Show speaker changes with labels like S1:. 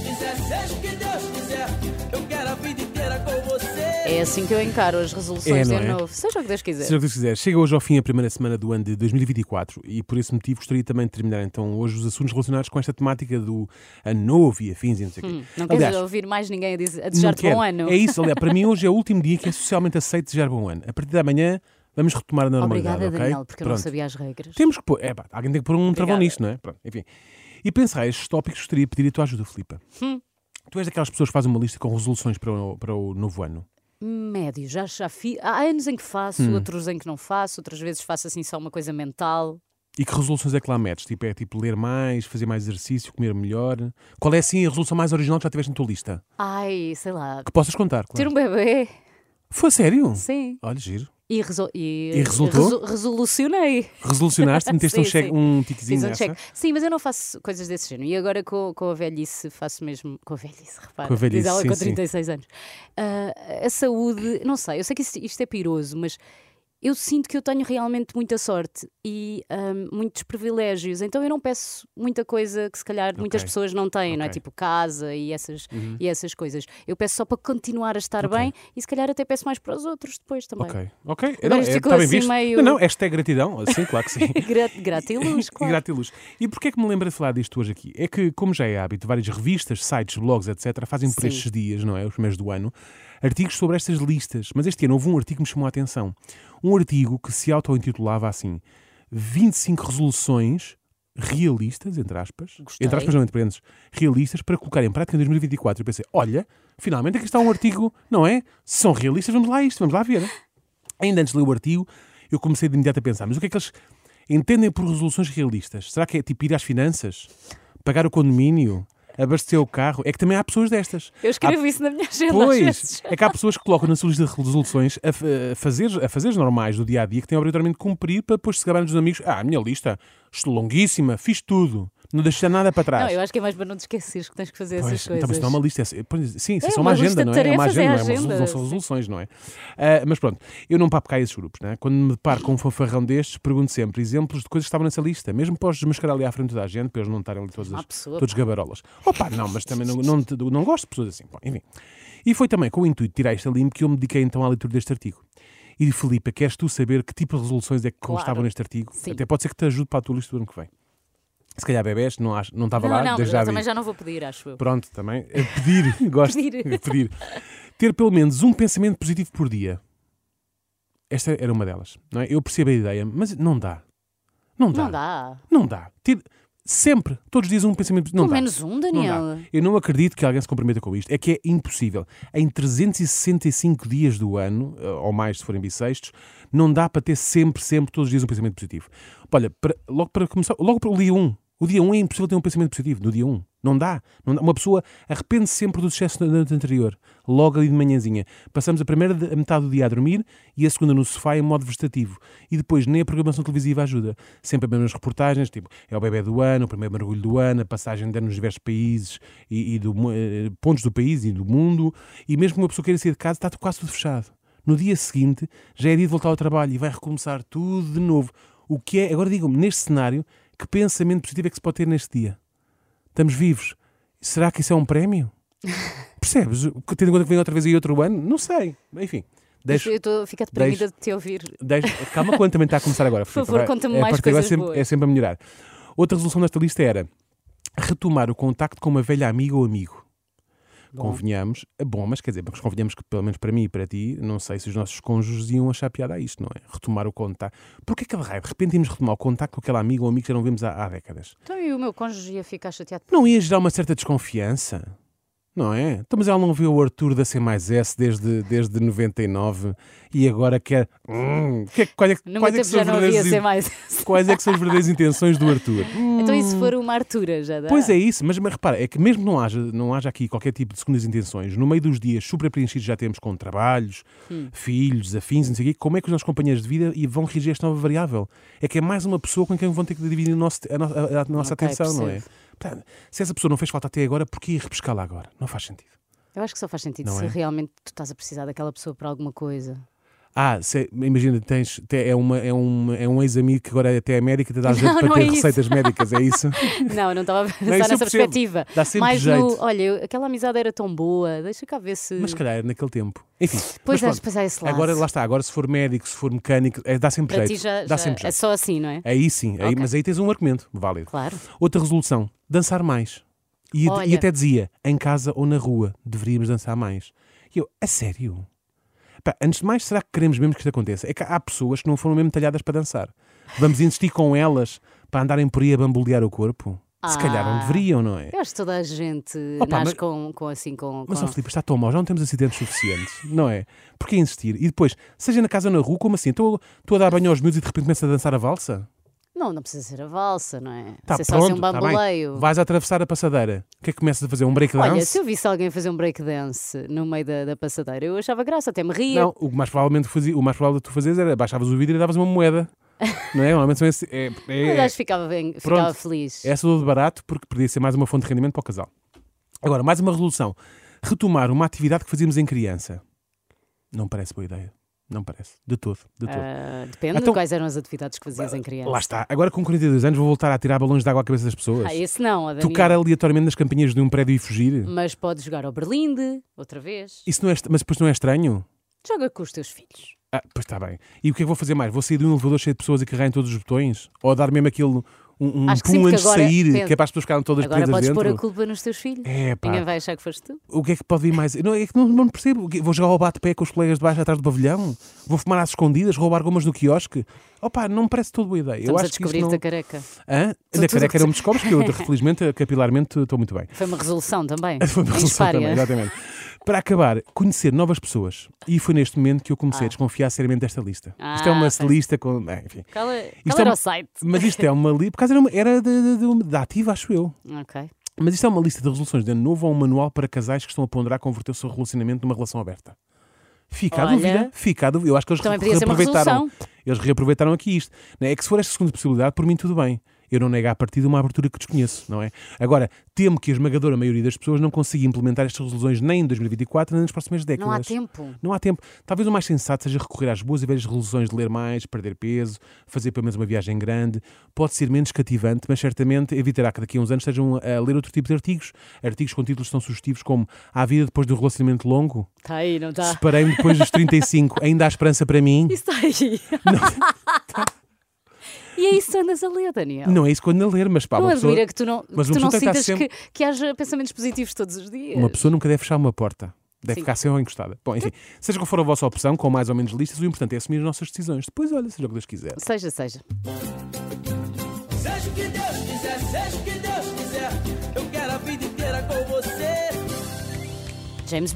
S1: quiser, seja o que Deus quiser. Eu quero a vida inteira com você.
S2: É assim que eu encaro as resoluções de
S3: É, não
S2: ano
S3: é?
S2: novo. Seja o que Deus quiser.
S3: Seja o que Deus quiser, chega hoje ao fim a primeira semana do ano de 2024 e por esse motivo gostaria também de terminar então hoje os assuntos relacionados com esta temática do ano novo e afins e não sei o quê.
S2: Hum, Não queres
S3: Aliás,
S2: ouvir mais ninguém a, dizer- a
S3: não
S2: desejar-te
S3: quero.
S2: bom ano?
S3: É isso, aliás, para mim hoje é o último dia que é socialmente aceito desejar bom ano. A partir da manhã vamos retomar a normalidade,
S2: Obrigada,
S3: ok?
S2: Daniel, porque eu não
S3: Pronto.
S2: sabia as regras.
S3: Temos que pôr. É, pá, alguém tem que pôr um travão nisto, não é? Pronto, enfim. E pensar estes tópicos, gostaria de pedir a tua ajuda, Filipa.
S2: Hum.
S3: Tu és daquelas pessoas que fazem uma lista com resoluções para o, para o novo ano.
S2: Médio, já, já fi... há anos em que faço,
S3: Hum.
S2: outros em que não faço, outras vezes faço assim só uma coisa mental.
S3: E que resoluções é que lá metes? Tipo, é tipo ler mais, fazer mais exercício, comer melhor? Qual é assim a resolução mais original que já tiveste na tua lista?
S2: Ai, sei lá,
S3: Que possas contar,
S2: ter
S3: claro.
S2: um bebê,
S3: Foi a sério?
S2: sim.
S3: Olha, giro.
S2: E, resol... e...
S3: E resultou?
S2: resol- Resolucionei.
S3: Resolucionaste, meteste um,
S2: Sim,
S3: cheque,
S2: sim.
S3: um
S2: Fiz
S3: tiquezinho
S2: um
S3: nessa.
S2: check. Sim, mas eu não faço coisas desse género. E agora com, com a velhice faço mesmo. Com a velhice, repara.
S3: Com a velhice,
S2: diz ela
S3: sim,
S2: com
S3: sim.
S2: 36 anos. Ah, a saúde, não sei, eu sei que isto, isto é piroso, mas eu sinto que eu tenho realmente muita sorte e ahm, muitos privilégios. Então eu não peço muita coisa que se calhar muitas pessoas não têm, não é?
S3: Ok. Uhum.
S2: Tipo casa e essas, e essas coisas. Eu peço só para continuar a estar
S3: Ok.
S2: bem e se calhar até peço mais para os outros depois também.
S3: Ok, ok.
S2: Agora
S3: Não,
S2: isto
S3: é,
S2: ficou
S3: tá bem
S2: assim
S3: visto.
S2: meio-
S3: Não, não, esta é gratidão. Sim, claro que sim.
S2: E Gra gratiluz,
S3: E
S2: claro.
S3: gratiluz. E porquê é que me lembro de falar disto hoje aqui? É que, como já é hábito, várias revistas, sites, blogs, etc., fazem por
S2: Sim.
S3: estes dias, não é? Os primeiros do ano, artigos sobre estas listas. Mas este ano houve um artigo que me chamou a atenção. Um artigo que se auto-intitulava assim: 25 resoluções realistas, entre aspas,
S2: Gostei.
S3: entre aspas não entre parênteses, realistas para colocar em prática em 2024. Eu pensei, olha, finalmente aqui está um artigo, não é? Se são realistas, vamos lá a isto, vamos lá ver. Ainda antes de ler o artigo, eu comecei de imediato a pensar, mas o que é que eles entendem por resoluções realistas? Será que é tipo ir às finanças? Pagar o condomínio? Abastecer o carro? É que também há pessoas destas.
S2: Eu
S3: Há
S2: escrevo isso na minha agenda às vezes.
S3: Ah, Pois, é que há pessoas que colocam na sua lista de resoluções a, fa- a fazer, a fazeres normais do dia a dia que têm obrigatoriamente de cumprir para depois se gabarem dos amigos. Ah, a minha lista, estou longuíssima, fiz tudo, não deixei nada para trás.
S2: Não, eu acho que é mais para não te esqueceres que tens que fazer
S3: Pois,
S2: essas
S3: então,
S2: coisas.
S3: mas não é uma lista. é- pois, sim, sim,
S2: É
S3: é só uma,
S2: uma lista
S3: agenda,
S2: de
S3: não é? É uma
S2: tarefas, é
S3: agenda,
S2: a
S3: não é? Uma
S2: agenda,
S3: resolução, são
S2: sim.
S3: resoluções, não é? Ah, mas pronto, eu não papo cá esses grupos, não é? Quando me deparo com um fanfarrão destes, pergunto sempre exemplos de coisas que estavam nessa lista, mesmo para os desmascarar ali à frente da gente, para eles não estarem ali todas,
S2: Má
S3: as-
S2: pessoa,
S3: todos gabarolas. Opa, não, mas também não, não, te- não gosto de pessoas assim. Bom, enfim. E foi também com o intuito de tirar isto a limpo que eu me dediquei então à leitura deste artigo. E Filipa, queres tu saber que tipo de resoluções é que
S2: Claro.
S3: constavam neste artigo?
S2: Sim.
S3: Até pode ser que te ajude para a tua lista do ano que vem. Se calhar bebés, não, acho- não estava
S2: Não,
S3: lá,
S2: não, mas é
S3: desde
S2: eu
S3: já
S2: também
S3: vi.
S2: já não vou pedir, acho eu.
S3: Pronto, também. A pedir, gosto.
S2: Pedir.
S3: A pedir. Ter pelo menos um pensamento positivo por dia. Esta era uma delas. Não é? Eu percebo a ideia, mas não dá. Não dá.
S2: Não dá.
S3: Não dá. Ter sempre, todos os dias, um pensamento positivo. Não
S2: Pelo
S3: dá.
S2: menos um,
S3: Não
S2: Daniel.
S3: dá. Eu não acredito que alguém se comprometa com isto. É que é impossível. Em 365 dias do ano, eh, ou mais se forem bissextos, não dá para ter sempre, sempre, todos os dias um pensamento positivo. Olha, para- logo para começar, logo para o dia 1. O dia 1 é impossível ter um pensamento positivo. No dia 1. Não dá. Não dá. Uma pessoa arrepende se sempre do sucesso da noite anterior. Logo ali de manhãzinha. Passamos a primeira de- a metade do dia a dormir e a segunda no sofá em modo vegetativo. E depois nem a programação televisiva ajuda. Sempre as mesmas reportagens, tipo, é o bebê do ano, o primeiro mergulho do ano, a passagem de ano nos diversos países e, e do mu- eh, pontos do país e do mundo. E mesmo que uma pessoa queira sair de casa, está quase tudo fechado. No dia seguinte, já é dia de voltar ao trabalho e vai recomeçar tudo de novo. O que é, agora digam-me, neste cenário, que pensamento positivo é que se pode ter neste dia? Estamos vivos. Será que isso é um prémio? Percebes? Tendo em conta que vem outra vez aí outro ano? Não sei. Enfim. Deixo,
S2: Eu estou a ficar deprimida de te ouvir.
S3: Deixa- calma quando também está a começar agora. Por
S2: favor, conta-me mais coisas
S3: é sempre,
S2: boas.
S3: é sempre a melhorar. Outra resolução desta lista era retomar o contacto com uma velha amiga ou amigo. Convenhamos, é bom, mas quer dizer, mas convenhamos que pelo menos para mim e para ti, não sei se os nossos cônjuges iam achar piada a isto, não é? Retomar o contacto. Porquê que raio? De repente íamos retomar o contacto com aquela amiga ou amigo que já não vemos há, há décadas.
S2: Então e o meu cônjuge ia ficar chateado.
S3: Não ia gerar uma certa desconfiança, não é? Então, mas ela não viu o Arthur da C mais S desde, desde 99 e agora quer. Hum, que, é- quais é, que-
S2: No meu
S3: quais é
S2: tempo
S3: que são
S2: já
S3: as
S2: não havia
S3: verdadeiras
S2: ser
S3: in-
S2: mais.
S3: Quais é que são as verdadeiras intenções do Arthur?
S2: então e se for uma Artura já dá?
S3: Hum. Pois é isso, mas, mas repara, é que mesmo não haja, não haja aqui qualquer tipo de segundas intenções, no meio dos dias super preenchidos já temos com trabalhos,
S2: Hum.
S3: filhos, afins, não sei o quê, como é que os nossos companheiros de vida e vão reagir a esta nova variável? É que é mais uma pessoa com quem vão ter que dividir o nosso- a, no- a- a nossa
S2: Ok,
S3: atenção, não é?
S2: percebo.
S3: Portanto, se essa pessoa não fez falta até agora, por que ir repescá-la agora? Não faz sentido.
S2: Eu acho que só faz sentido
S3: Não
S2: se
S3: é?
S2: realmente tu estás a precisar daquela pessoa para alguma coisa.
S3: Ah, se- imagina, tens, te- é, uma, é, um, é um ex-amigo que agora é até é médico e te dá jeito para
S2: não
S3: ter
S2: é isso.
S3: receitas médicas, é isso?
S2: Não, não estava a
S3: Não,
S2: pensar
S3: isso eu
S2: nessa
S3: percebo.
S2: perspectiva.
S3: Dá sempre
S2: Mais
S3: jeito.
S2: no, olha, eu- aquela amizade era tão boa, deixa cá ver se.
S3: Mas se calhar era naquele tempo. Enfim,
S2: Pois
S3: mas
S2: vais
S3: pronto,
S2: passar esse lado.
S3: agora lá está, agora se for médico, se for mecânico, é, dá sempre
S2: Para ti
S3: jeito.
S2: já,
S3: dá
S2: já
S3: sempre
S2: é
S3: jeito.
S2: só assim, não é?
S3: Aí sim, aí,
S2: Ok.
S3: mas aí tens um argumento válido.
S2: Claro.
S3: Outra resolução: dançar mais. E, e
S2: Olha.
S3: até dizia, em casa ou na rua, deveríamos dançar mais. E eu, a sério? Pá, antes de mais, será que queremos mesmo que isto aconteça? É que há pessoas que não foram mesmo talhadas para dançar. Vamos insistir com elas para andarem por aí a bambolear o corpo? Se calhar não
S2: Ah.
S3: deveriam, não é?
S2: Eu acho que toda a gente
S3: Opa,
S2: nasce
S3: mas-
S2: com, com assim, com.
S3: Mas,
S2: com-
S3: ó Filipe, está tão mal, já não temos acidentes suficientes, não é? Porquê insistir? E depois, seja na casa ou na rua, como assim? Estou estou a dar banho aos miúdos e de repente começa a dançar a valsa?
S2: Não, não precisa ser a valsa, não é?
S3: Tá
S2: Isso é
S3: pronto,
S2: só ser um
S3: tá bem.
S2: bamboleio.
S3: Vais atravessar a passadeira. O que é que começas a fazer? Um breakdance?
S2: Olha, se eu visse alguém fazer um breakdance no meio da, da passadeira, eu achava graça, até me ria.
S3: Não, o que mais provavelmente fazia, o mais provável de tu fazias era baixavas o vidro e davas uma moeda. não é? Normalmente são esse, é,
S2: Mas
S3: é,
S2: acho que ficava, bem, ficava
S3: Pronto.
S2: feliz.
S3: é essa dor de barato porque podia ser mais uma fonte de rendimento para o casal. Agora, mais uma resolução. Retomar uma atividade que fazíamos em criança. Não parece boa ideia. Não parece. De todo, de todo.
S2: Ah, depende
S3: Então-
S2: de quais eram as atividades que fazias em criança.
S3: Lá está. Agora com 42 anos vou voltar a tirar balões de água à cabeça das pessoas.
S2: Ah, esse não, ó, Daniel.
S3: Tocar aleatoriamente nas campainhas de um prédio e fugir.
S2: Mas podes jogar ao Berlinde, outra vez.
S3: Isso não é, est- mas depois não é estranho?
S2: Joga com os teus filhos.
S3: Ah, pois está bem. E o que é que vou fazer mais? Vou sair de um elevador cheio de pessoas e carregar em todos os botões? Ou dar mesmo aquilo, um, um
S2: Acho que sim,
S3: pum
S2: porque
S3: antes de
S2: agora-
S3: sair,
S2: Pedro,
S3: que é para as pessoas ficarem todas
S2: Agora
S3: presas
S2: podes pôr a
S3: dentro?
S2: culpa nos teus filhos.
S3: É pá,
S2: Ninguém vai achar que foste tu.
S3: o que é que pode vir mais? Não, é que não, não percebo. O quê? Vou jogar ao bate-pé com os colegas de baixo atrás do pavilhão? Vou fumar às escondidas? Roubar gomas do quiosque? Opa, não me parece toda boa ideia. Eu
S2: Estamos a
S3: acho que isso
S2: descobrir-te
S3: não...
S2: a careca.
S3: Hã? é
S2: Tu-
S3: Na
S2: tudo
S3: careca
S2: que-
S3: não me descobres, porque eu, felizmente, capilarmente, estou muito bem.
S2: Foi uma resolução também.
S3: Foi uma resolução
S2: Dispária.
S3: também, exatamente. Para acabar, conhecer novas pessoas. E foi neste momento que eu comecei a desconfiar seriamente desta lista. Isto é
S2: Ah,
S3: uma
S2: pois.
S3: lista com. bem, enfim.
S2: Qual, é-
S3: Isto
S2: qual
S3: é
S2: era
S3: um-
S2: o site?
S3: Mas isto é uma lista. Por causa era, uma- era da- da- da- da um, ativa, acho eu.
S2: Ok.
S3: Mas isto é uma lista de resoluções de ano novo ou um manual para casais que estão a ponderar converter o seu relacionamento numa relação aberta. Fica
S2: Olha.
S3: a dúvida, fica a dúvida. Eu acho que eles
S2: Também podia ser uma
S3: reaproveitaram.
S2: resolução.
S3: Eles reaproveitaram aqui isto. não É É que se for esta segunda possibilidade, por mim tudo bem. Eu não nego à partida uma abertura que desconheço, não é? Agora, temo que a esmagadora maioria das pessoas não consiga implementar estas resoluções nem em 2024 nem nas próximas décadas.
S2: Não há tempo.
S3: Não há tempo. Talvez o mais sensato seja recorrer às boas e velhas resoluções de ler mais, perder peso, fazer pelo menos uma viagem grande. Pode ser menos cativante, mas certamente evitará que daqui a uns anos estejam a ler outro tipo de artigos. Artigos com títulos tão sugestivos como Há vida depois do relacionamento longo?
S2: Está Tá aí, não está?
S3: Separei-me depois dos 35. Ainda há esperança para mim?
S2: Isso está aí. tá e é isso que andas a ler, Daniel.
S3: Não é isso quando a ler, mas pá,
S2: Não é
S3: uma pessoa,
S2: admira que tu não,
S3: mas
S2: que tu
S3: uma
S2: não
S3: pessoa tem que
S2: sintas
S3: estar sempre-
S2: que, que haja pensamentos positivos todos os dias.
S3: uma pessoa nunca deve fechar uma porta. Deve
S2: Sim.
S3: ficar sempre encostada. Bom, enfim, seja qual for a vossa opção, com mais ou menos listas, o importante é assumir as nossas decisões. Depois, olha, seja o que Deus quiser.
S2: Seja, seja.
S1: Seja o que Deus quiser, seja o que Deus quiser, eu quero a vida inteira com você.
S2: James